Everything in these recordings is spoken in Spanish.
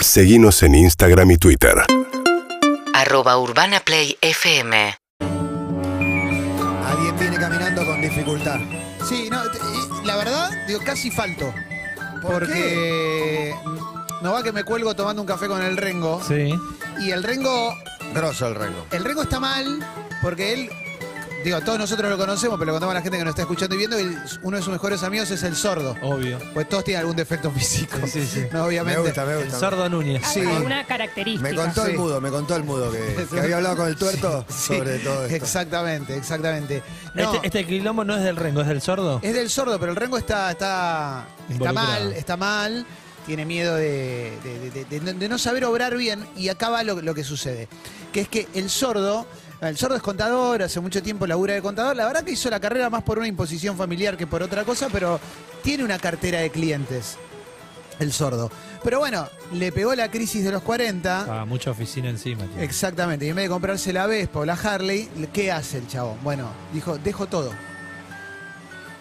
Seguimos en Instagram y Twitter. Arroba Urbana Play FM. Alguien viene caminando con dificultad. Sí, no, te- y la verdad, digo, casi falto. Porque no va que me cuelgo tomando un café con el Rengo. Sí. Y el Rengo, Grosso el rango. el Rengo está mal porque él, digo, todos nosotros lo conocemos, pero le contamos a la gente que nos está escuchando y viendo, y uno de sus mejores amigos es el sordo. Obvio. Pues todos tienen algún defecto físico. Sí, sí. No, Me obviamente. gusta, me El gusta. sordo Núñez. Sí. Alguna Ah, característica. Me contó el Sí. mudo, me contó el mudo que, que había hablado con el tuerto Sí, sobre todo esto. Exactamente, exactamente. Ah, No, Este, este quilombo no es del Rengo, es del sordo. Es del sordo, pero el Rengo está, está, está Involucrado. mal, está mal, tiene miedo de, de- de- de- de- de no saber obrar bien y acaba lo, lo que sucede. Que es que el sordo, el sordo es contador, hace mucho tiempo labura de contador, la verdad que hizo la carrera más por una imposición familiar que por otra cosa, pero tiene una cartera de clientes, el sordo. Pero bueno, le pegó la crisis de los 40. Ah, mucha oficina encima. tío. Exactamente, y en vez de comprarse la Vespa o la Harley, ¿qué hace el chabón? Bueno, dijo, dejo todo.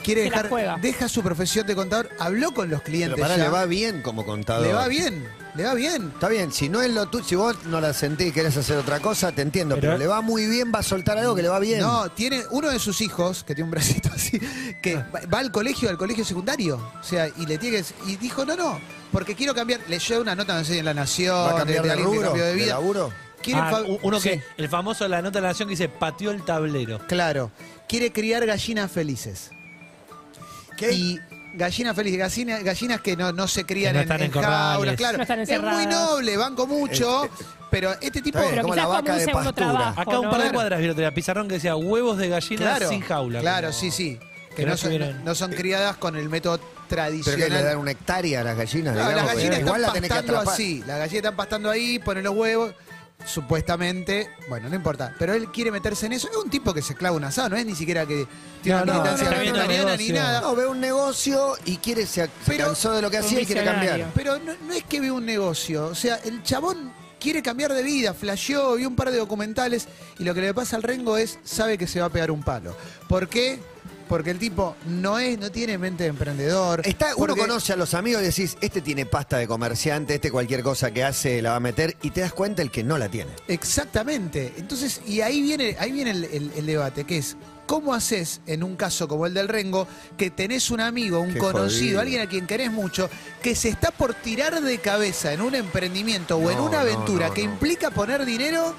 Quiere Se la dejar, juega. deja su profesión de contador, habló con los Pero clientes. pará, ya. le va bien como contador. Le va bien, le va bien. Está bien, si no es lo tuyo, si vos no la sentís, querés hacer otra cosa, te entiendo, pero, Pero- le va muy bien, va a soltar algo que le va bien. No, tiene uno de sus hijos, que tiene un bracito así, que Ah. va- va al colegio, al colegio secundario. O sea, y le tiene que- Y dijo, no, no, porque quiero cambiar. Le lleva una nota, no sé, en La Nación, va a cambiar de, alguien que rubro, cambió de, de vida. laburo. Quiere Ah, fa- u- uno sí, que, el famoso de la nota de la nación que dice, pateó el tablero. Claro, quiere criar gallinas felices. ¿Qué? Y gallinas felices, gallinas, gallinas que no, no se Que crían no en, están en en corrales. jaulas, claro. No están es muy encerradas. noble, banco mucho, pero este tipo. Está bien, Pero como quizás la como vaca un de segundo pastura. trabajo. Acá un ¿no? par de cuadras vieron de la pizarrón que decía huevos de gallina Oh, Claro, sin jaula. claro, como- sí, sí. Que que no no son, tuvieron- no son criadas con el método Pero que le dan tradicional. una hectárea a las gallinas. No, digamos, las que gallinas están igual la tenés que pastando atrapar. así. Las gallinas están pastando ahí, ponen los huevos. Supuestamente, bueno, no importa. Pero él quiere meterse en eso. Es un tipo que se clava un asado, no es ni siquiera que tiene No, una no, militancia está viendo vegetariana ni negocio. nada. No, ve un negocio y quiere, se, se Pero- cansó de lo que Un hacía y quiere visionario. cambiar. Pero no, no es que ve un negocio. O sea, el chabón quiere cambiar de vida, flasheó, vio un par de documentales y lo que le pasa al Rengo es, sabe que se va a pegar un palo. ¿Por qué? Porque el tipo no es, no tiene mente de emprendedor. Está, uno porque- conoce a los amigos y decís, este tiene pasta de comerciante, este cualquier cosa que hace la va a meter, y te das cuenta el que no la tiene. Exactamente. Entonces, y ahí viene, ahí viene el, el- el debate, que es. ¿Cómo haces en un caso como el del Rengo que tenés un amigo, un Qué conocido, jodido. alguien a quien querés mucho, que se está por tirar de cabeza en un emprendimiento o en No, una no, aventura no, que no. implica poner dinero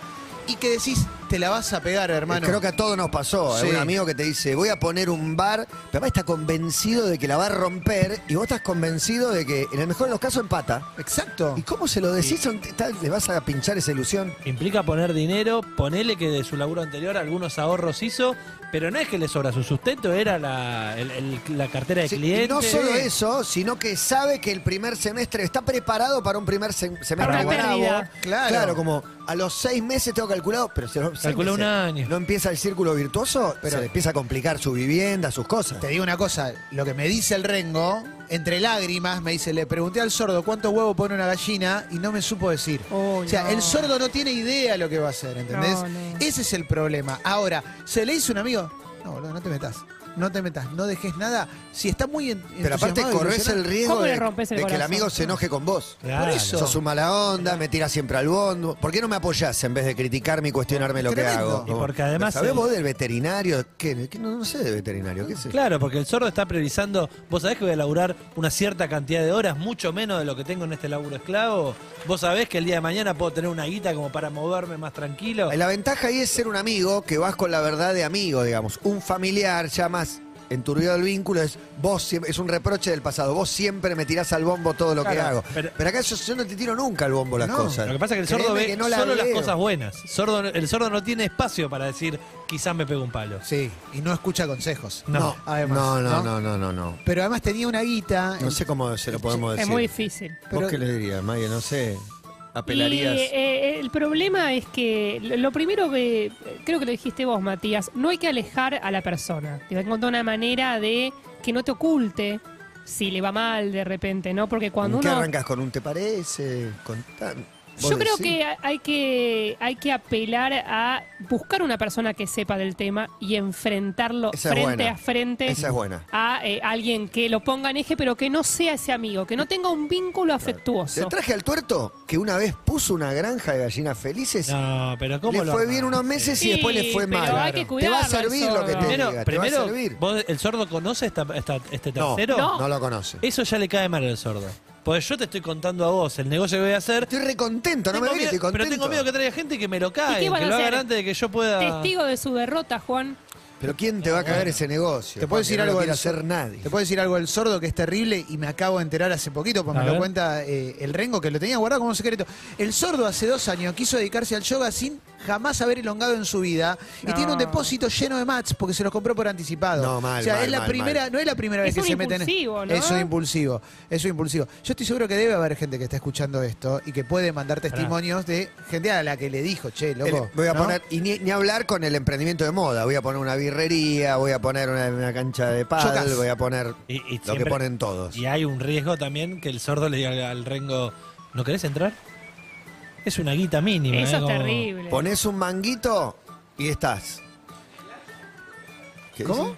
y que decís, te la vas a pegar, hermano? Creo que a todos nos pasó. Hay Sí. un amigo que te dice, voy a poner un bar, pero papá está convencido de que la va a romper y vos estás convencido de que en el mejor de los casos empata. Exacto. ¿Y cómo se lo decís? a un t- tal- ¿Le vas a pinchar esa ilusión? Implica poner dinero, ponele que de su laburo anterior algunos ahorros hizo, pero no es que le sobra su sustento, era la, el- el- la cartera de Sí, y clientes. no solo eso, sino que sabe que el primer semestre está preparado para un primer sem- semestre Para una bravo. pérdida. Claro. Claro. como a los seis meses tengo calculado, pero se lo- siempre Calculó un se- año. No empieza el círculo virtuoso, pero se le empieza a complicar su vivienda, sus cosas. Te digo una cosa, lo que me dice el Rengo, entre lágrimas, me dice, le pregunté al sordo cuánto huevo pone una gallina y no me supo decir. Uy, o sea, no. el sordo no tiene idea lo que va a hacer, ¿entendés? No, no. Ese es el problema. Ahora, se le dice a un amigo, no, boludo, no te metas. No te metas, no dejes nada. Si está muy en- Pero aparte entusiasmado, corres el ilusionado, riesgo ¿Cómo le de, rompes el de que el corazón? amigo se enoje con vos. Claro. Por eso. Sos un mala onda, me tirás siempre al bondo. ¿Por qué no me apoyás en vez de criticarme y cuestionarme lo que Tremendo. hago? Y porque además ¿Sabés el- vos del veterinario? ¿Qué? ¿Qué? No, no sé de veterinario, ¿qué sé? Claro, porque el sordo está priorizando, vos sabés que voy a laburar una cierta cantidad de horas, mucho menos de lo que tengo en este laburo esclavo, vos sabés que el día de mañana puedo tener una guita como para moverme más tranquilo. La ventaja ahí es ser un amigo que vas con la verdad de amigo, digamos. Un familiar ya más enturbiado el vínculo es vos siempre- es un reproche del pasado. Vos siempre me tirás al bombo todo lo que Claro, hago. Pero, pero- acá yo, yo no te tiro nunca al bombo las No, cosas. Lo que pasa es que el sordo Créeme ve que no la solo las leo. cosas buenas. Sordo, no- el sordo no tiene espacio para decir, quizás me pego un palo. Sí, y no escucha consejos. No. No, Además, no, no, ¿no? no, no, no, no. Pero además tenía una guita. No sé cómo se lo podemos decir. Es muy difícil. ¿Vos Pero- qué le dirías, Maya? No sé. Y, ¿Apelarías? eh, el problema es que lo lo primero que creo que lo dijiste vos, Matías, no hay que alejar a la persona. Te va a encontrar una manera de que no te oculte si le va mal de repente, ¿no? Porque cuando ¿Con qué uno arrancas con un te parece? Con tan- ¿Vos Yo creo decís? que ha- hay que hay que apelar a buscar una persona que sepa del tema y enfrentarlo Esa es frente buena. a frente Esa es buena. a eh, alguien que lo ponga en eje, pero que no sea ese amigo, que no tenga un vínculo Te afectuoso. traje al tuerto que una vez puso una granja de gallinas felices. No, pero ¿cómo lo Le fue armaste? bien unos meses y después le fue pero mal. hay te va que a cuidarlo al servir lo que te sordo. Primero, diga. te va a primero servir. vos- ¿el sordo conoce esta, esta- este No, tercero? No. no lo conoce. Eso ya le cae mal al sordo. Porque yo te estoy contando a vos el negocio que voy a hacer. Estoy recontento, no Tengo me ve que miedo- estoy pero contento. tengo miedo que traiga gente que me lo ¿Y cae, qué que lo van a hacer? hagan antes de que yo pueda. Testigo de su derrota, Juan. Pero ¿quién te va a cagar ese negocio? Te puedo Porque decir no algo lo quiere del- hacer nadie. Te puedo decir algo del sordo que es terrible y me acabo de enterar hace poquito, porque A me lo ver. cuenta eh, el Rengo, que lo tenía guardado como un secreto. El sordo hace dos años quiso dedicarse al yoga sin jamás haber elongado en su vida y No. tiene un depósito lleno de mats porque se los compró por anticipado. No, mal, o sea, mal, es la mal, primera, mal. no es la primera vez Es que un se meten. impulsivo, ¿no? Eso es impulsivo, eso es impulsivo. Yo estoy seguro que debe haber gente que está escuchando esto y que puede mandar testimonios de gente a la que le dijo, che, loco. El- voy a ¿no? poner, y ni, ni hablar con el emprendimiento de moda. Voy a poner una birrería, voy a poner una, una cancha de pádel, Chocas. voy a poner Y- y lo que siempre- ponen todos. Y hay un riesgo también que el sordo le diga al- al rengo, ¿no querés entrar? Es una guita mínima. Eso ¿eh? es Como- terrible. Pones un manguito y estás. ¿Qué ¿Cómo? dice?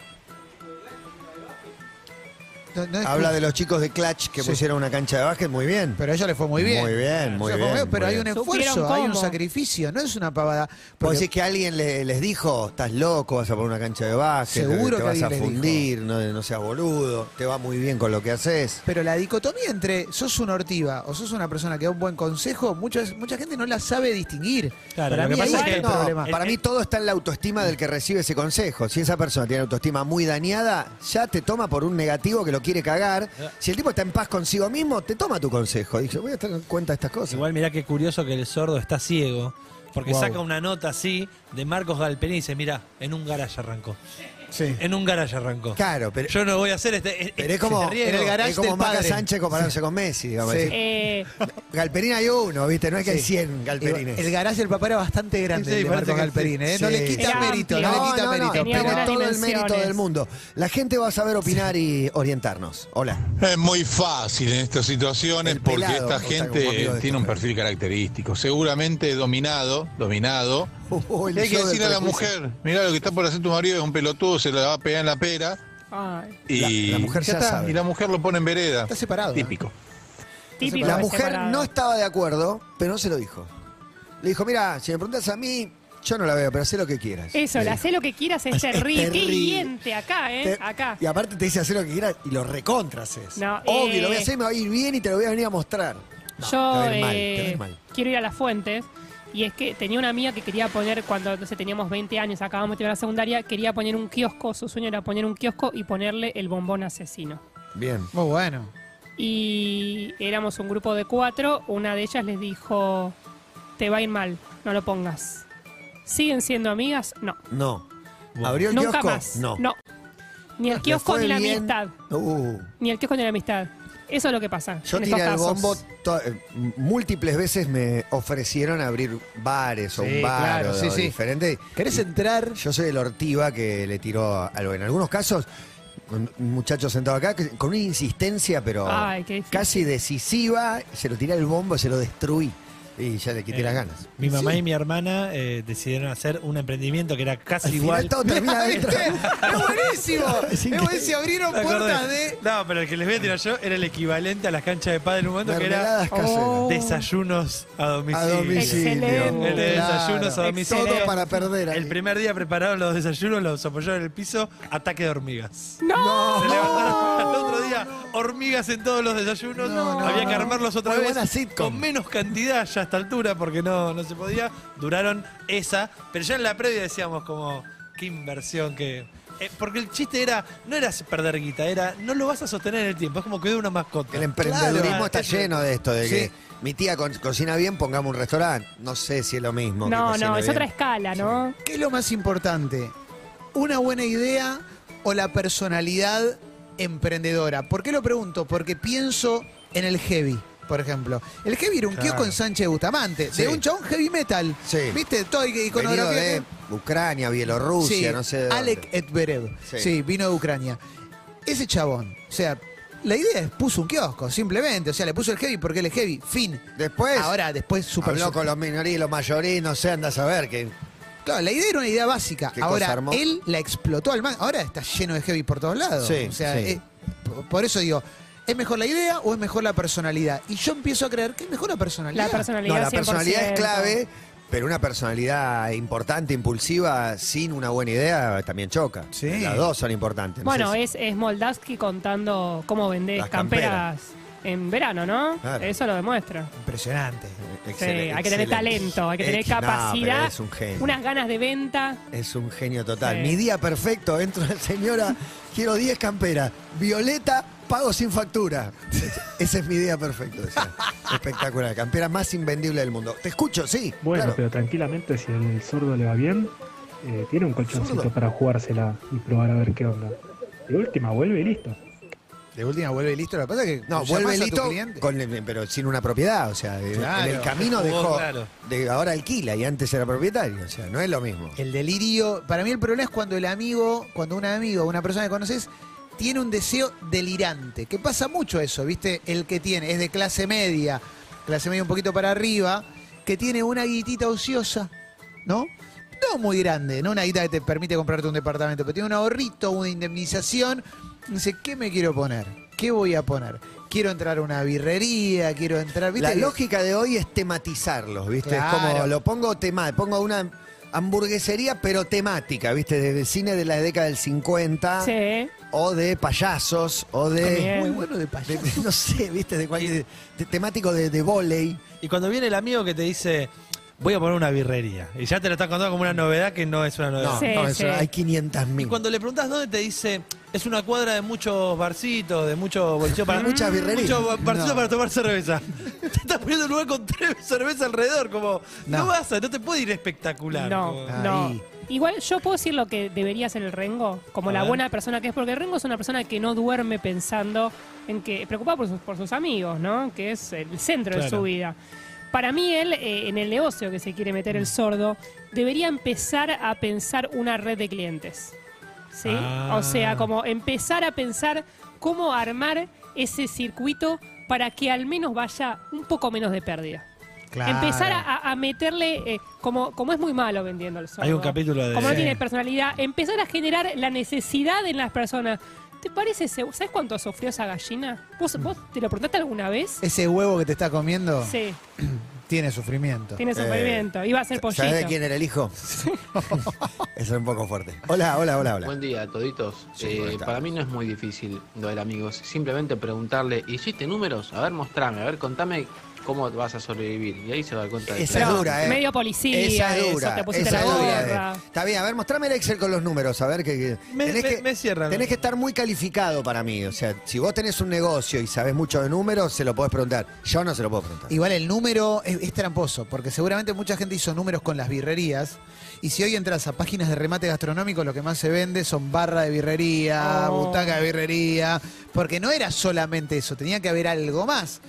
No- no es- Habla de los chicos de Clutch que Sí. pusieron una cancha de básquet muy bien. Pero a ella le fue muy bien. Muy bien, muy O sea, fue bien, Pero muy hay un bien. esfuerzo, Supieron hay un cómo. sacrificio, no es una pavada. Vos Porque decís que alguien le- les dijo, estás loco, vas a poner una cancha de básquet, Seguro que te vas a alguien les fundir, no, no seas boludo, te va muy bien con lo que haces. Pero la dicotomía entre sos una ortiva o sos una persona que da un buen consejo, muchas, mucha gente no la sabe distinguir. Claro, Para lo que mí pasa ahí es que- está el problema. Para mí todo está en la autoestima del que recibe ese consejo. Si esa persona tiene autoestima muy dañada, ya te toma por un negativo que lo quiere cagar. Si el tipo está en paz consigo mismo, te toma tu consejo. Dice, voy a tener en cuenta estas cosas. Igual mirá qué curioso que el sordo está ciego. Porque Guau. saca una nota así de Marcos Galperín y dice, mirá, en un garage arrancó. Sí. En un garage arrancó. Claro, pero, Yo no voy a hacer este... este- pero es como, este riesgo. en el garage es como del Maca padre. Sánchez comparándose con Messi. digamos. Sí. Decir, Eh, Galperín hay uno, ¿viste? No es que hay Sí. 100 Galperines. El garage del papá era bastante grande, Sí, el de parece Marco que Galperín. ¿eh? sí. No le Era quita mérito, amplio. no le quita no, no, no, mérito. Tenía tiene buenas todo el mérito dimensiones. del mundo. La gente va a saber opinar y orientarnos. Hola. Es muy fácil en estas situaciones El porque pelado, esta o sea, como amigo gente de tiene un Jorge. perfil característico, seguramente dominado, dominado. Oh, el Y Hay que show del decirle a la prejuicio. mujer, mirá lo que está por hacer tu marido es un pelotudo, se la va a pegar en la pera ay, y La- la mujer ya está, sabe. y la mujer lo pone en vereda. Está separado. ¿eh? Típico. típico La de mujer separado. no estaba de acuerdo, pero no se lo dijo. Le dijo, mira, si me preguntas a mí, yo no la veo, pero haz lo que quieras. Eso, Le la dijo. hace lo que quieras, es terrible. Qué terrible. hiriente acá, ¿eh? Te- Acá. Y aparte te dice hacer lo que quieras y lo recontras es. No, Obvio, eh. lo voy a hacer y me va a ir bien y te lo voy a venir a mostrar. No, te va Yo a ir mal, te va a eh, ir mal. quiero ir a las fuentes. Y es que tenía una amiga que quería poner, cuando no sé, teníamos 20 años, acabamos de terminar la secundaria, quería poner un kiosco, su sueño era poner un kiosco y ponerle el bombón asesino. Bien. Muy bueno. Y éramos un grupo de cuatro, una de ellas les dijo, te va a ir mal, no lo pongas. ¿Siguen siendo amigas? No. No. ¿Abrió el Nunca kiosco? más. No. Ni el Me kiosco fue ni la bien. amistad. Uh, Ni el kiosco ni la amistad. Eso es lo que pasa. yo en estos tiré al casos. bombo, to- eh, múltiples veces me ofrecieron abrir bares o Sí, un bar claro, o sí, sí. diferente. ¿Querés Y- entrar? Yo soy el ortiva que le tiró algo. En algunos casos, un un muchacho sentado acá que- con una insistencia, pero Ay, qué difícil. casi decisiva, se lo tiré al bombo, se lo destruí. Y ya le quité Eh, las ganas. Mi mamá Sí. y mi hermana eh, decidieron hacer un emprendimiento que era casi Al final igual. todo termina adentro. ¡Es buenísimo! Es Es increíble. buenísimo, abrieron Me acordé. puertas de... No, pero el que les voy a tirar yo era el equivalente a las canchas de padre en un momento que era Mermeladas caseras. Oh. desayunos a domicilio. A domicio. Excelente. El de desayunos a Claro. domicilio. Todo para perder. ahí. El primer día prepararon los desayunos, los apoyaron en el piso, ataque de hormigas. No. Se levantaron al otro día, hormigas en todos los desayunos. No, no, Había que no. armarlos otra Muy vez. buena sitcom. Con menos cantidad ya a esta altura, porque no, no se podía. Duraron esa. Pero ya en la previa decíamos como, qué inversión que. eh, porque el chiste era, no era perder guita, era no lo vas a sostener en el tiempo. Es como cuidar una mascota. El emprendedurismo Claro. está Eso- lleno de esto, de Sí. que mi tía co- cocina bien, pongamos un restaurante. No sé si es lo mismo. que No, cocina no, es bien. otra escala, ¿no? ¿Qué es lo más importante? ¿Una buena idea o la personalidad emprendedora? ¿Por qué lo pregunto? Porque pienso en el heavy, por ejemplo. El heavy era un Claro. kiosco en Sánchez Bustamante, Sí. de un chabón heavy metal. Sí. ¿Viste? Todo y- Venido iconografía. de que- Ucrania, Bielorrusia, Sí, no sé. de dónde. Alec Edberev. Sí. Sí. vino de Ucrania. Ese chabón, o sea, La idea es puso un kiosco, simplemente. O sea, le puso el heavy porque él es heavy. Fin. Después, Ahora, después, super. habló con los minorías y los mayorías, no sé, anda a saber que Claro, la idea era una idea básica. Qué cosa Ahora, hermosa. él la explotó al man. Ahora está lleno de heavy por todos lados. Sí, o sea, sí. eh, p- por eso digo, ¿es mejor la idea o es mejor la personalidad? Y yo empiezo a creer que es mejor la personalidad. La personalidad. No, la 100%. personalidad es clave, pero una personalidad importante, impulsiva, sin una buena idea, también choca. Sí. Las dos son importantes. no Bueno, sé si- es, es Moldavsky contando cómo vendés Las camperas. en verano, ¿no? Claro. Eso lo demuestra. Impresionante. Sí, Excelen- eh, hay que tener excelente. talento, hay que tener Ex- no, pero capacidad, es un genio. unas ganas de venta. Es un genio total. Sí. Mi día perfecto, entro la señora, quiero 10 camperas, violeta, pago sin factura. Ese es mi día perfecto. decía. Espectacular, campera más invendible del mundo. Te escucho, sí. Bueno, claro. pero tranquilamente, si al sordo le va bien, eh, tiene un colchoncito Sordo. para jugársela y probar a ver qué onda. De última, vuelve y listo. De última vuelve listo. Lo que pasa es que No, llamás vuelve a tu Lito, cliente. con el- pero sin una propiedad. O sea, de- Claro, en el camino jugó, dejó. claro. de- ahora alquila y antes era propietario. O sea, no es lo mismo. El delirio. Para mí el problema es cuando el amigo, cuando un amigo o una persona que conoces tiene un deseo delirante. Que pasa mucho eso, ¿viste? El que tiene, es de clase media, clase media un poquito para arriba, que tiene una guitita ociosa, ¿no? No muy grande, no una guita que te permite comprarte un departamento, pero tiene un ahorrito, una indemnización. y Dice, ¿qué me quiero poner? ¿Qué voy a poner? Quiero entrar a una birrería, quiero entrar, ¿viste? La lógica de hoy es tematizarlos, ¿viste? Es como Claro. lo pongo tema, pongo una hamburguesería pero temática, ¿viste? Desde cine de la década del 50 Sí. o de payasos o de, También. Muy bueno de de- payaso. no sé, ¿viste? De, cual- de- de temático de, de vóley. Y cuando viene el amigo que te dice, voy a poner una birrería. Y ya te lo está contando como una novedad que no es una novedad. No, Sí, no, eso sí. hay 500 Y mil. cuando le preguntas dónde te dice, es una cuadra de muchos barcitos, de muchos bolsillos para. Muchas birrerías. Muchos ba- barcitos No. para tomar cerveza. te estás poniendo un lugar con tres cervezas alrededor, como. No, No. vas a, no te puede ir espectacular. No, como- no. Ahí. Igual yo puedo decir lo que debería hacer el Rengo, como A la ver. buena persona que es, porque el Rengo es una persona que no duerme pensando en que, preocupado por sus, por sus amigos, ¿no? Que es el centro de Claro. su vida. Para mí él, eh, en el negocio que se quiere meter Mm. el sordo, debería empezar a pensar una red de clientes. ¿Sí? Ah. O sea, como empezar a pensar cómo armar ese circuito para que al menos vaya un poco menos de pérdida. Empezar a- a, a meterle, eh, como, como es muy malo vendiendo el sordo. Hay un capítulo de. Como no Sí. tiene personalidad, empezar a generar la necesidad en las personas. ¿Te parece? ese- ¿Sabes cuánto sufrió esa gallina? ¿Vos, vos te lo preguntaste alguna vez? Ese huevo que te está comiendo Sí, tiene sufrimiento. tiene sufrimiento. Iba a ser pollito. Eh, ¿Sabés de quién era el hijo? eso es un poco fuerte. Hola, hola, hola, hola. Buen día, toditos. Sí, Eh, buenas tardes. para mí no es muy difícil lo del amigo. Simplemente preguntarle, ¿hiciste números? A ver, mostrame, a ver, contame cómo vas a sobrevivir. Y ahí se va a dar cuenta de Esa es No, dura, ¿eh? medio policía, Esa es eso, dura. te pusiste esa la es dura, gorra. eh. Está bien, a ver, mostrame el Excel con los números, a ver que. que- Me- me- me cierran. tenés que estar muy calificado para mí. O sea, si vos tenés un negocio y sabés mucho de números, se lo podés preguntar. Yo no se lo puedo preguntar. Igual el número es, es tramposo, porque seguramente mucha gente hizo números con las birrerías. Y si hoy entras a páginas de remate gastronómico, lo que más se vende son barra de birrería, Oh. butaca de birrería. Porque no era solamente eso, tenía que haber algo más.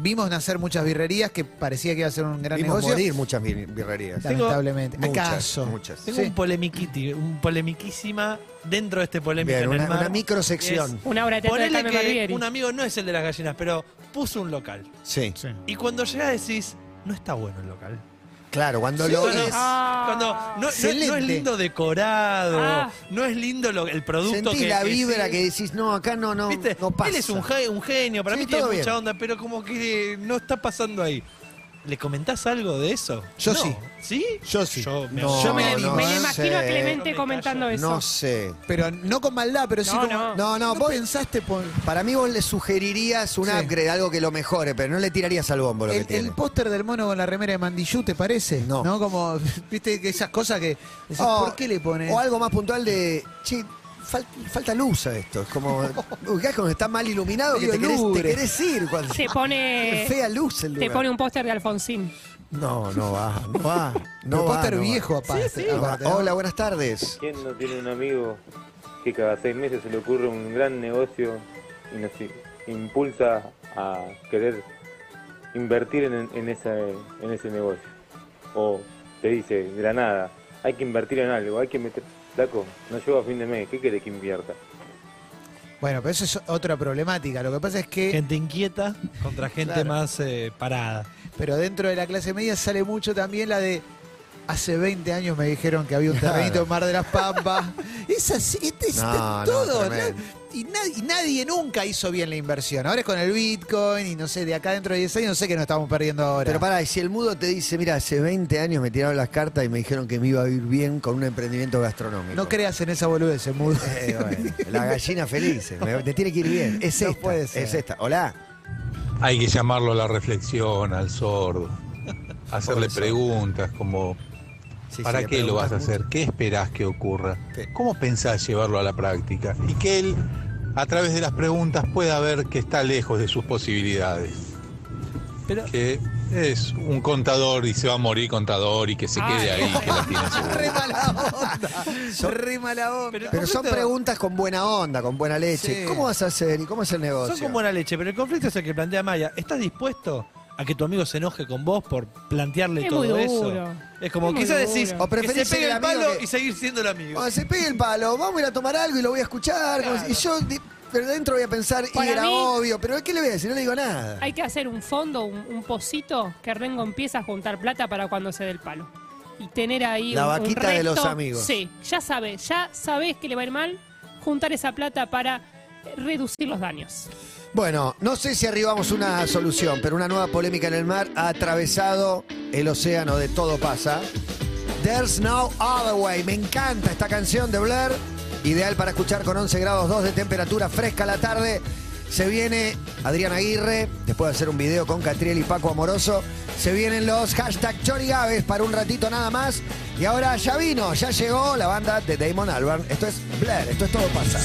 Vimos nacer muchas birrerías que parecía que iba a ser un gran Vimos negocio. morir muchas bir- birrerías. Tengo Lamentablemente. Muchas, ¿Acaso? muchas. Tengo Sí. un polemiquiti, un polemiquísima dentro de este polémico. Bien, en una, el mar. una microsección. Es- Una obra de teatro de Ponele Carmen que Barbieri. un amigo no es el de las gallinas, pero puso un local. Sí. Y cuando llegás decís, no está bueno el local. Claro, cuando Sí, lo cuando- ves, Ah. cuando no- no, no Excelente. es lindo decorado, Ah. no es lindo lo- el producto sentís que la vibra sí. que decís, no, acá no, no, ¿Viste? no pasa. Él es un, ge- un genio, para Sí, mí tiene todo mucha bien. onda, pero como que no está pasando ahí. ¿Le comentás algo de eso? Yo No. sí. ¿Sí? Yo sí. Yo me- No, yo me la no, animo. Me no lo imagino a sé. Clemente No me comentando callo. eso. No sé. Pero no con maldad, pero sí No, como. no. No, no, ¿No vos pensaste por. Para mí vos le sugerirías un Sí. upgrade, algo que lo mejore, pero no le tirarías al bombo lo que El, tiene. el póster del mono con la remera de Mandillú, ¿te parece? No. ¿No? Como, viste, que esas cosas que. decís, O- ¿Por qué le pones? O algo más puntual de, che, fal- falta luz a esto. Es como, ubicás cuando está mal iluminado que Medio te querés, te lúgubre. querés ir. Cuando, Se pone, Qué fea luz el lugar. te pone un póster de Alfonsín. No, no va, no va. No Pero va, póster no va. viejo, aparte. No va. aparte, ¿no? Hola, buenas tardes. ¿Quién no tiene un amigo que cada seis meses se le ocurre un gran negocio y nos i- impulsa a querer invertir en, en ese, en ese negocio? O te dice, de la nada, hay que invertir en algo, hay que meter... Daco, no llego a fin de mes, ¿qué querés que invierta? Bueno, pero eso es otra problemática. Lo que pasa es que, Gente inquieta contra gente Claro. más eh, parada. pero dentro de la clase media sale mucho también la de. Hace 20 años me dijeron que había un Claro. terrenito en Mar de las Pampas. es así, este es No, no, todo. tremendo. na- y, na- y nadie nunca hizo bien la inversión. Ahora es con el Bitcoin y no sé, de acá dentro de 10 años no sé qué nos estamos perdiendo ahora. Pero pará, y si el mudo te dice, mira, hace 20 años me tiraron las cartas y me dijeron que me iba a ir bien con un emprendimiento gastronómico. no creas en esa boludez, se mudo. Eh, bueno, la gallina feliz, me- te tiene que ir bien. Es No esta, puede ser. es esta. Hola. Hay que llamarlo a la reflexión, al sordo. Hacerle Pobre sordo. preguntas como, Sí, sí, ¿para le qué lo vas a preguntás hacer? ¿Qué esperás que ocurra? Sí. ¿Cómo pensás llevarlo a la práctica? Y que él, a través de las preguntas, pueda ver que está lejos de sus posibilidades. Pero- Que es un contador y se va a morir contador y que se quede ahí, que la tiene segura. Re mala onda. Re mala onda. mucho. Pero son preguntas con buena onda, con buena leche. Sí. ¿Cómo vas a hacer y cómo es el negocio? Son como buena leche, pero el conflicto es el que plantea Maya. ¿Estás dispuesto a que tu amigo se enoje con vos por plantearle Es todo muy eso? duro. Es como Es muy quizás duro. decís, O que preferís se ser pegue el el palo amigo que- y seguir siendo el amigo. Cuando se pegue el palo, vamos a ir a tomar algo y lo voy a escuchar. como- Y yo, de- pero dentro voy a pensar, y Para era mí- obvio, pero ¿qué le voy a decir? No le digo nada. Hay que hacer un fondo, un, un pocito, que Rengo empieza a juntar plata para cuando se dé el palo. Y tener ahí La un- un vaquita de resto. los amigos. Sí, ya sabes, ya sabes que le va a ir mal, juntar esa plata para eh, reducir los daños. Bueno, no sé si arribamos a una solución, pero una nueva polémica en el mar ha atravesado el océano de Todo pasa. There's no other way. Me encanta esta canción de Blair. Ideal para escuchar con 11 grados 2 de temperatura fresca a la tarde. Se viene Adrián Aguirre, después de hacer un video con Catriel y Paco Amoroso. Se vienen los hashtag Chorigaves para un ratito nada más. Y ahora ya vino, ya llegó la banda de Damon Albarn. Esto es Blair, esto es Todo pasa.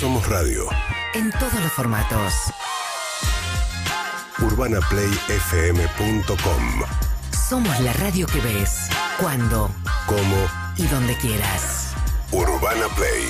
Somos radio. En todos los formatos. UrbanaPlayFM.com. Somos la radio que ves, cuando Como y donde quieras. Urbana Play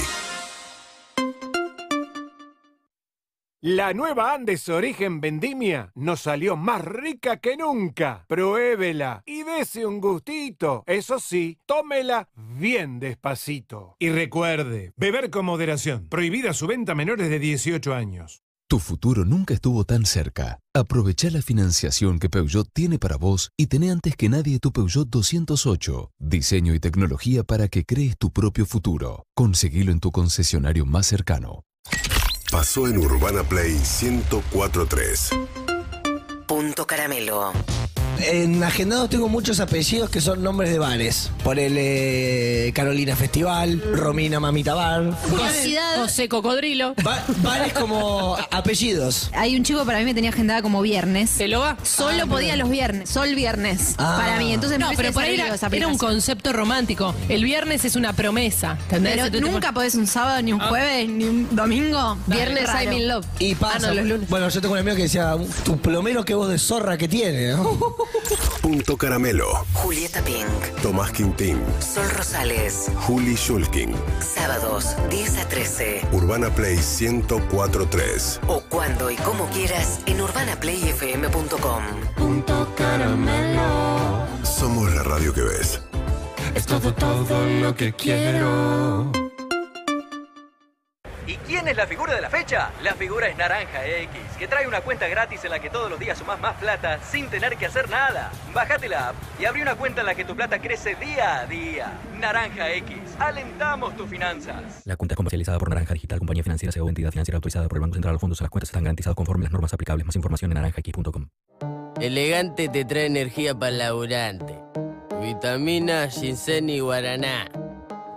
La nueva Andes Origen Vendimia nos salió más rica que nunca. Pruébela y dese un gustito. Eso sí, tómela bien despacito. Y recuerde, beber con moderación. Prohibida su venta a menores de 18 años. Tu futuro nunca estuvo tan cerca. Aprovecha la financiación que Peugeot tiene para vos y tené antes que nadie tu Peugeot 208. Diseño y tecnología para que crees tu propio futuro. Conseguilo en tu concesionario más cercano. Pasó en Urbana Play 1043. Punto Caramelo. En agendados tengo muchos apellidos que son nombres de bares. Por el eh, Carolina Festival, Romina Mamita Bar. José Cocodrilo. Ba- bares como apellidos. Hay un chico para mí me tenía agendada como viernes. ¿Se lo va? Solo podía los viernes. Sol viernes. Ah. Para mí. Entonces No, me pero parece por ahí salido era- esa era aplicación. un concepto romántico. El viernes es una promesa. ¿entendés? Pero Entonces tú te nunca podés pones- un sábado, ni un Ah. jueves, ni un domingo. Viernes Raro. I'm in love. Y pasa. Ah, no, los lunes. Bueno, yo tengo un amigo que decía, tu plomero que voz de zorra que tiene, ¿no? Punto Caramelo. Julieta Pink. Tomás Quintín. Sol Rosales. Juli Shulkin. Sábados 10 a 13. Urbana Play 1043. O cuando y como quieras en urbanaplayfm.com. Somos la radio que ves. Es todo, todo lo que quiero. ¿Y quién es la figura de la fecha? La figura es Naranja X, que trae una cuenta gratis en la que todos los días sumás más plata sin tener que hacer nada. Bájate la app y abrí una cuenta en la que tu plata crece día a día. Naranja X, alentamos tus finanzas. La cuenta es comercializada por Naranja Digital, compañía financiera o entidad financiera autorizada por el Banco Central. Los fondos a las cuentas están garantizados conforme las normas aplicables. Más información en naranjax.com. Elegante te trae energía para laburante. Vitamina, ginseng y guaraná.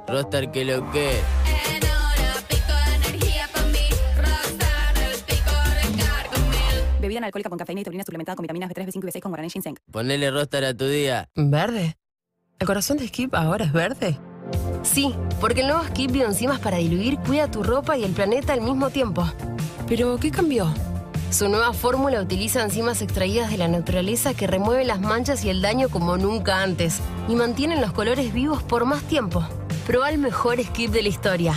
Rostar que lo que. Bebida alcohólica con cafeína y taurina suplementada con vitaminas B3, B5 y B6 con guaraná y ginseng. Ponele rostar a tu día. ¿Verde? ¿El corazón de Skip ahora es verde? Sí, porque el nuevo Skip bioenzimas para diluir cuida tu ropa y el planeta al mismo tiempo. Pero, ¿qué cambió? Su nueva fórmula utiliza enzimas extraídas de la naturaleza que remueven las manchas y el daño como nunca antes y mantienen los colores vivos por más tiempo. Proba el mejor Skip de la historia.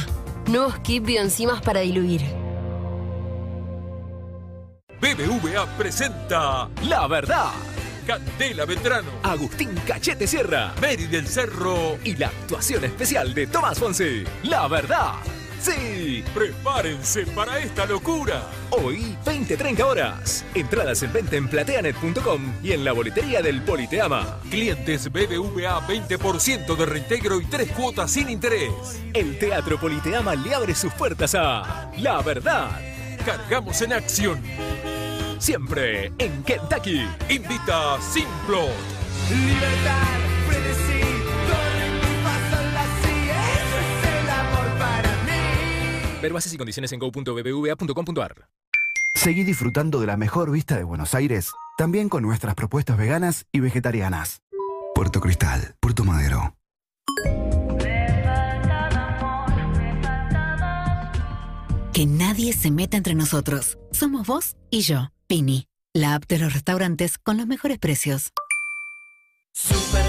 Nuevo Skip bioenzimas para diluir. BBVA presenta La Verdad. Candela Ventrano, Agustín Cachete Sierra, Mary del Cerro y la actuación especial de Tomás Fonse. La Verdad. Sí, prepárense para esta locura. Hoy, 20-30 horas. Entradas en venta en plateanet.com y en la boletería del Politeama. Clientes BBVA 20% de reintegro y tres cuotas sin interés. El Teatro Politeama le abre sus puertas a La Verdad. Cargamos en acción. Siempre en Kentucky. Invita a Simplot. Libertad, frenesí, corre mi paso la silla. Eso es el amor para mí. Ver bases y condiciones en go.bbva.com.ar. Seguí disfrutando de la mejor vista de Buenos Aires, también con nuestras propuestas veganas y vegetarianas. Puerto Cristal, Puerto Madero. Que nadie se meta entre nosotros. Somos vos y yo, Pini. La app de los restaurantes con los mejores precios.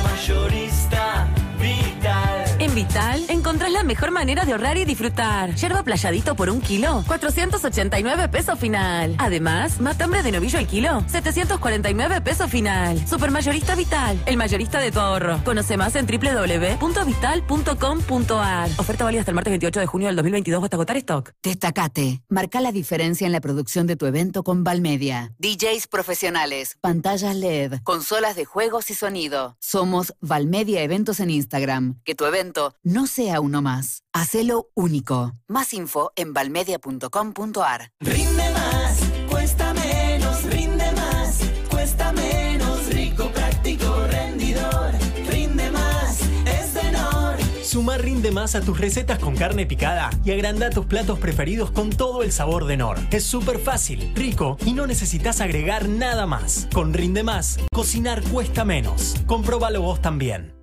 Mayorista, vital. En Vital encontrás la mejor manera de ahorrar y disfrutar. Yerba playadito por un kilo, 489 pesos final. Además, matambre de novillo al kilo, 749 pesos final. Supermayorista Vital, el mayorista de tu ahorro. Conoce más en www.vital.com.ar. Oferta válida hasta el martes 28 de junio del 2022 hasta agotar stock. Destacate. Marca la diferencia en la producción de tu evento con Valmedia. DJs profesionales. Pantallas LED, consolas de juegos y sonido. Somos Valmedia Eventos en Instagram. Que tu evento no sea uno más. Hacelo único. Más info en valmedia.com.ar. Rinde más, cuesta menos, rinde más, cuesta menos, rico, práctico, rendidor, rinde más, es de Nor. Suma rinde más a tus recetas con carne picada y agranda tus platos preferidos con todo el sabor de Nor. Es súper fácil, rico y no necesitas agregar nada más. Con rinde más, cocinar cuesta menos. Compróbalo vos también.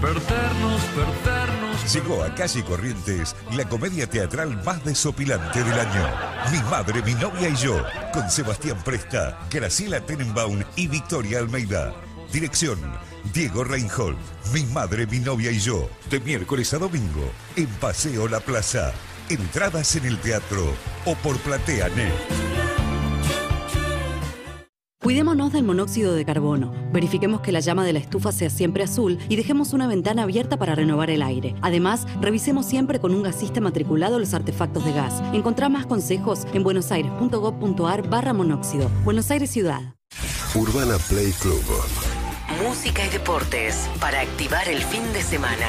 Perdernos, perdernos. Llegó a Calle Corrientes la comedia teatral más desopilante del año. Mi madre, mi novia y yo, con Sebastián Presta, Graciela Tenenbaum y Victoria Almeida. Dirección, Diego Reinhold. Mi madre, mi novia y yo. De miércoles a domingo, en Paseo La Plaza. Entradas en el teatro o por PlateaNet. Cuidémonos del monóxido de carbono, verifiquemos que la llama de la estufa sea siempre azul y dejemos una ventana abierta para renovar el aire. Además, revisemos siempre con un gasista matriculado los artefactos de gas. Encontrá más consejos en buenosaires.gov.ar barra monóxido. Buenos Aires Ciudad. Urbana Play Club. Música y deportes para activar el fin de semana.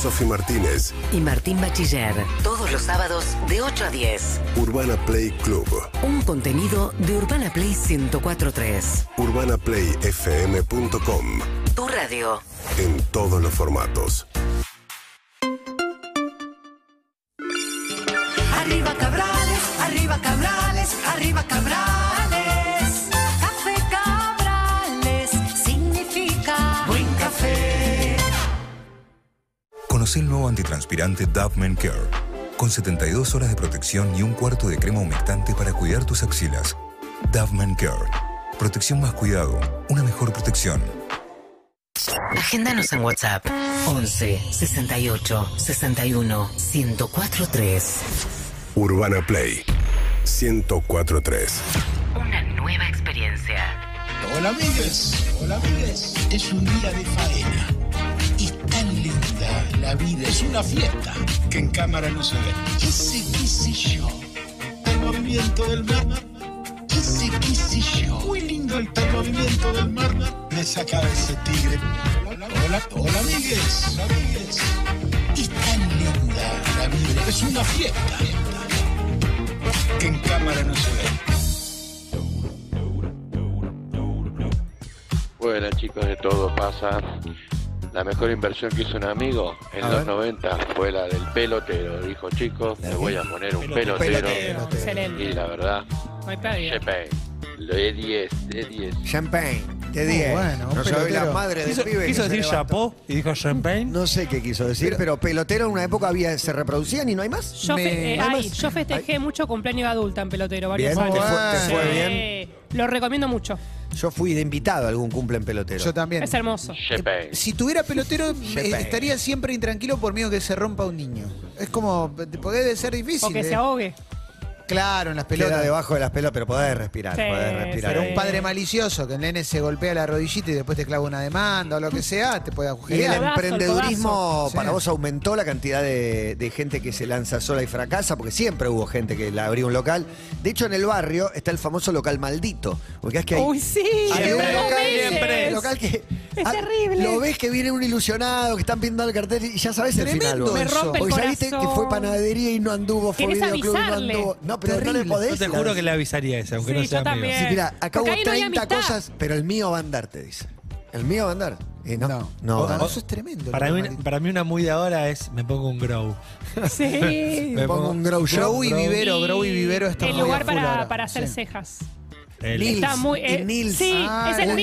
Sofi Martínez, Y Martín Bachiller, todos los sábados de 8 a 10. Urbana Play Club. Un contenido de Urbana Play 1043. UrbanaPlayFM.com. Tu radio. En todos los formatos. Arriba Cabrales, arriba Cabrales, arriba Cabrales. Café Cabrales significa buen café. Conoce el nuevo antitranspirante Dove Men Care, con 72 horas de protección y un cuarto de crema humectante para cuidar tus axilas. Dove Men Care. Protección más cuidado, una mejor protección. Agéndanos en WhatsApp 11 68 61 1043. Urbana Play 1043. Una nueva experiencia. Hola amigues, hola amigues. Es un día de faena. Es tan linda la vida, es una fiesta que en cámara no se ve. Ese qué sé yo, el movimiento del mar. Ese qué sé yo, muy lindo el tal movimiento del mar. Me saca de ese tigre. Hola, hola, hola amigues, hola, amigues. Es tan linda la vida, es una fiesta que en cámara no se ve. Bueno chicos, de todo pasa. La mejor inversión que hizo un amigo en A los ver. 90 fue la del pelotero. Dijo chicos, me voy a poner un pelotero. pelotero, excelente. Y la verdad, No hay pérdida. champagne. Lo de 10, de 10. Champagne, Oh, de 10. bueno, un no sabés pelotero. la madre del Quiso- pibe. quiso decir chapó y dijo champagne. No sé qué quiso decir, pero, pelotero en una época había, se reproducían y no hay más. Yo, fe- eh, ¿No hay ay, más? yo festejé mucho cumpleaños de adulta en pelotero, varios Bien, años. te fue- te fue Sí, bien. Lo recomiendo mucho. Yo fui de invitado a algún cumple en pelotero. Yo también. Es hermoso. Champagne. Si tuviera pelotero, Shepe. eh, estaría siempre intranquilo por miedo que se rompa un niño. Es como, te- puede ser difícil. O que eh. se ahogue. Claro, en las Queda pelotas. debajo de las pelotas, pero podés respirar, Sí, podés respirar. Pero un padre malicioso, que el nene se golpea la rodillita y después te clava una demanda o lo que sea, te puede Y el agujerear. emprendedurismo Sí. para vos aumentó la cantidad de, de gente que se lanza sola y fracasa, porque siempre hubo gente que la abrió un local. De hecho, en el barrio está el famoso local maldito. Porque es que hay, Uy, sí, hay un siempre, local, siempre. un local que. Es ah, terrible. Lo ves que viene un ilusionado, que están pintando el cartel y ya sabes el final. Tremendo vos. Me rompe el Porque ya viste que corazón. fue panadería y no anduvo, fue Querés videoclub y no avisarle. anduvo. No, pero no le Terrible. podés. Yo te juro que le avisaría esa, aunque no sea amigo. Sí, mira, acá Porque hubo ahí no hay 30 amistad. cosas, pero el mío va a andar, te dice. El mío va a andar. Y no, em- no, O- va a o- andar. Eso es tremendo. Para lo mí, que para mí una muy de ahora es me pongo un grow. Sí. Me pongo un grow shop. Grow y vivero, grow y vivero está El muy a lugar full para, ahora. para hacer Sí. cejas. El- Está muy. eh, Sí, Ah, es el uñas,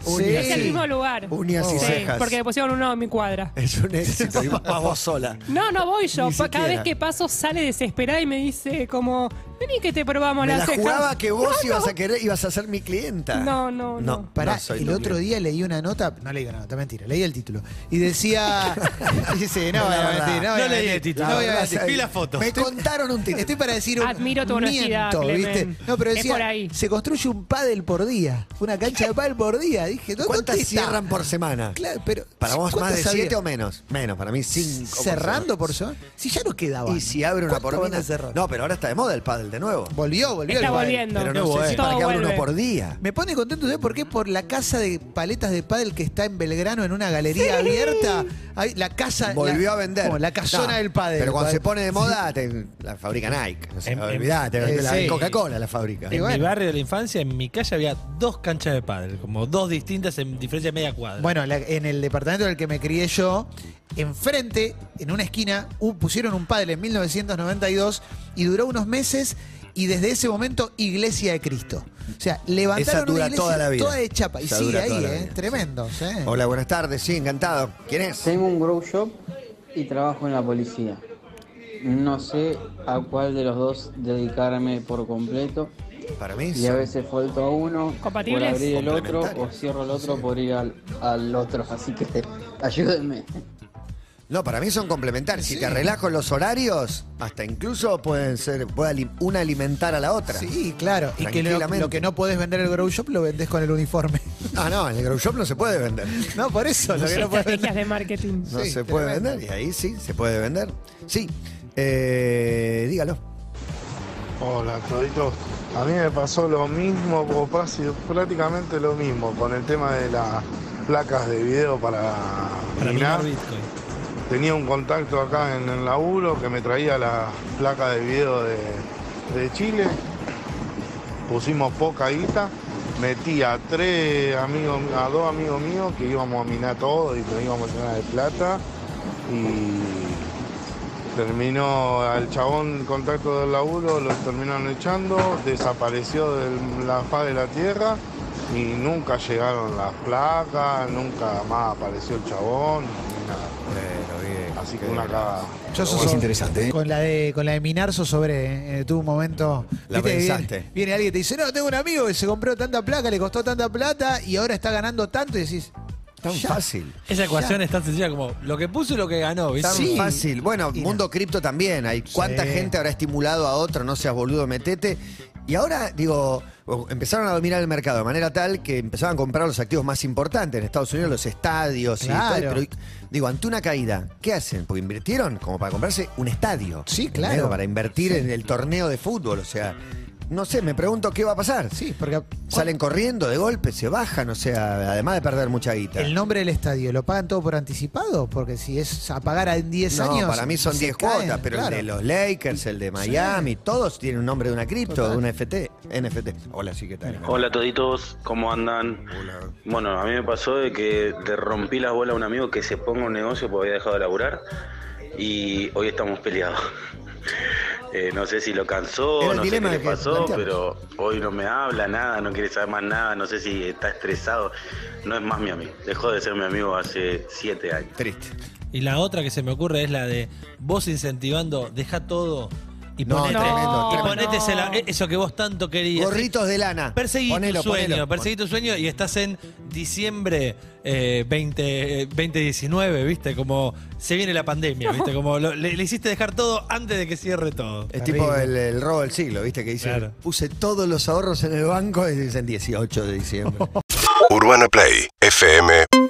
mismo. uñas. Es el Sí. mismo lugar. Uñas y Sí, cejas. Porque me pusieron uno en mi cuadra. Es un éxito. Y vas vos sola. No, no voy yo. Ni Pa- Cada vez siquiera. que paso sale desesperada y me dice como, vení que te probamos Me las la cejas. jugaba que vos No, ibas no. a querer, ibas a ser mi clienta. No, no, no. Pará, soy el tu otro clienta. día leí una nota, no leí una nota, mentira, leí el título. Y decía. dice, no, No, voy la a verdad. mentir, no, voy a No leí mentir, el título. no voy a La verdad, mentir. vi la foto. Me Estoy- contaron un título. Estoy para decir un. Admiro tu honestidad, miento, ¿viste? Clemen. No, pero Es decía, por ahí. se construye un pádel por día, una cancha de pádel por día. Dije, ¿dó- ¿dónde ¿Cuántas está? cierran por semana? Claro, pero. Para vos más ¿cuántas de había? siete o menos. Menos, para mí cinco. por ¿Cerrando por semana? Si ya no quedaba. semana. Y si abre una ¿Cuánto por van a mina. cerrar? No, pero ahora está de moda el pádel de nuevo. Volvió, volvió. Está el pádel. volviendo. Pero no Qué sé si bueno. para que abra uno por día. Me pone contento, ¿sabes por qué? Por la casa de paletas de pádel que está en Belgrano en una galería abierta. Ahí, la casa. Volvió la- a vender. como la casona No, del pádel. Pero cuando Pádel. se pone de moda, te- la fabrica Nike. No sé, En- en- olvidate, eh, la sí. Coca-Cola la fábrica. En mi barrio de la infancia, en mi calle había dos canchas de pádel, como dos distintas en diferencia de media cuadra. Bueno, la- en el departamento en el que me crié yo, enfrente, en una esquina, hu- pusieron un padre en 1992 y duró unos meses y desde ese momento Iglesia de Cristo. O sea, levantaron dura una iglesia toda la vida. de chapa y Esa sigue dura ahí, toda la ¿eh? vida. Tremendo, ¿eh? Hola, buenas tardes. Sí, encantado. ¿Quién es? Tengo un grow shop y trabajo en la policía. No sé a cuál de los dos dedicarme por completo. Para mí Y a son- veces falto a uno por Compatibles. abrir el otro o Complementarios. cierro el otro por ir al, al otro. Así que ayúdenme. No, para mí son complementarios. Si Sí. te arreglás con los horarios, hasta incluso pueden ser, puede ali- una alimentar a la otra. Sí, claro. Y que lo, Tranquilamente. lo que no podés vender en el grow shop lo vendés con el uniforme. Ah, no, en el grow shop no se puede vender. No, por eso. Lo que no podés vender. Estrategias de marketing. No se puede vender. Y ahí sí, se puede vender. Sí. Eh, dígalo. Hola, Claudito. A mí me pasó lo mismo, o casi prácticamente lo mismo, con el tema de las placas de video para, Para minar. minar Bitcoin. Tenía un contacto acá en el laburo que me traía la placa de video de, de Chile. Pusimos poca guita. Metí a tres amigos, a dos amigos míos que íbamos a minar todo y que íbamos a llenar de plata. Y Terminó al chabón contacto del laburo, lo terminaron echando, desapareció de la faz de la tierra y nunca llegaron las placas, nunca más apareció el chabón, ni nada. Así que una cagada. Yo sos- ¿Eh? ¿eh? Con la de, con la de Minarzo sobre. eh, tuve un momento. La ¿viste? Viene- pensaste. Viene, alguien y te dice: No, tengo un amigo que se compró tanta placa, le costó tanta plata y ahora está ganando tanto. Y decís: Tan "Ya". fácil. Esa ecuación es tan sencilla como lo que puso y lo que ganó, ¿viste? Tan fácil. Bueno, mundo cripto también. Hay cuánta gente habrá estimulado a otro, no seas boludo, metete. Y ahora, digo, empezaron a dominar el mercado de manera tal que empezaban a comprar los activos más importantes en Estados Unidos, los estadios y todo. Claro. Pero, digo, ante una caída, ¿qué hacen? Porque invirtieron como para comprarse un estadio. Sí, claro. Para invertir en el torneo de fútbol, o sea. No sé, me pregunto qué va a pasar. Sí, porque salen corriendo de golpe, se bajan, o sea, además de perder mucha guita. El nombre del estadio, ¿lo pagan todo por anticipado? Porque si es a pagar en 10 no, años. para mí son se 10 caen, cuotas, pero claro. el de los Lakers, el de Miami, todos tienen un nombre de una cripto, de un FT, NFT. Hola, sí, ¿qué tal? Hola toditos, ¿cómo andan? Bueno, a mí me pasó de que le rompí la bola a un amigo que se ponga un negocio porque había dejado de laburar y hoy estamos peleados. Eh, no sé si lo Era cansó, el no sé qué dilema le que pasó, planteamos. pero hoy no me habla nada, no quiere saber más nada, no sé si está estresado. No es más mi amigo, dejó de ser mi amigo hace siete años. Triste. Y la otra que se me ocurre es la de vos incentivando, deja todo y No, ponete, tremendo, y tremendo. ponete ese la- eh, eso que vos tanto querías. Gorritos de lana. Perseguí Ah, Ponelo, tu sueño, ponelo. perseguí tu sueño y estás en diciembre eh, 20, eh, 2019, ¿viste? Como se viene la pandemia, ¿viste? Como lo- le, le hiciste dejar todo antes de que cierre todo. Es tipo el, el robo del siglo, ¿viste? Que dice, Claro. puse todos los ahorros en el banco y dicen 18 de diciembre. Urbana Play fm.com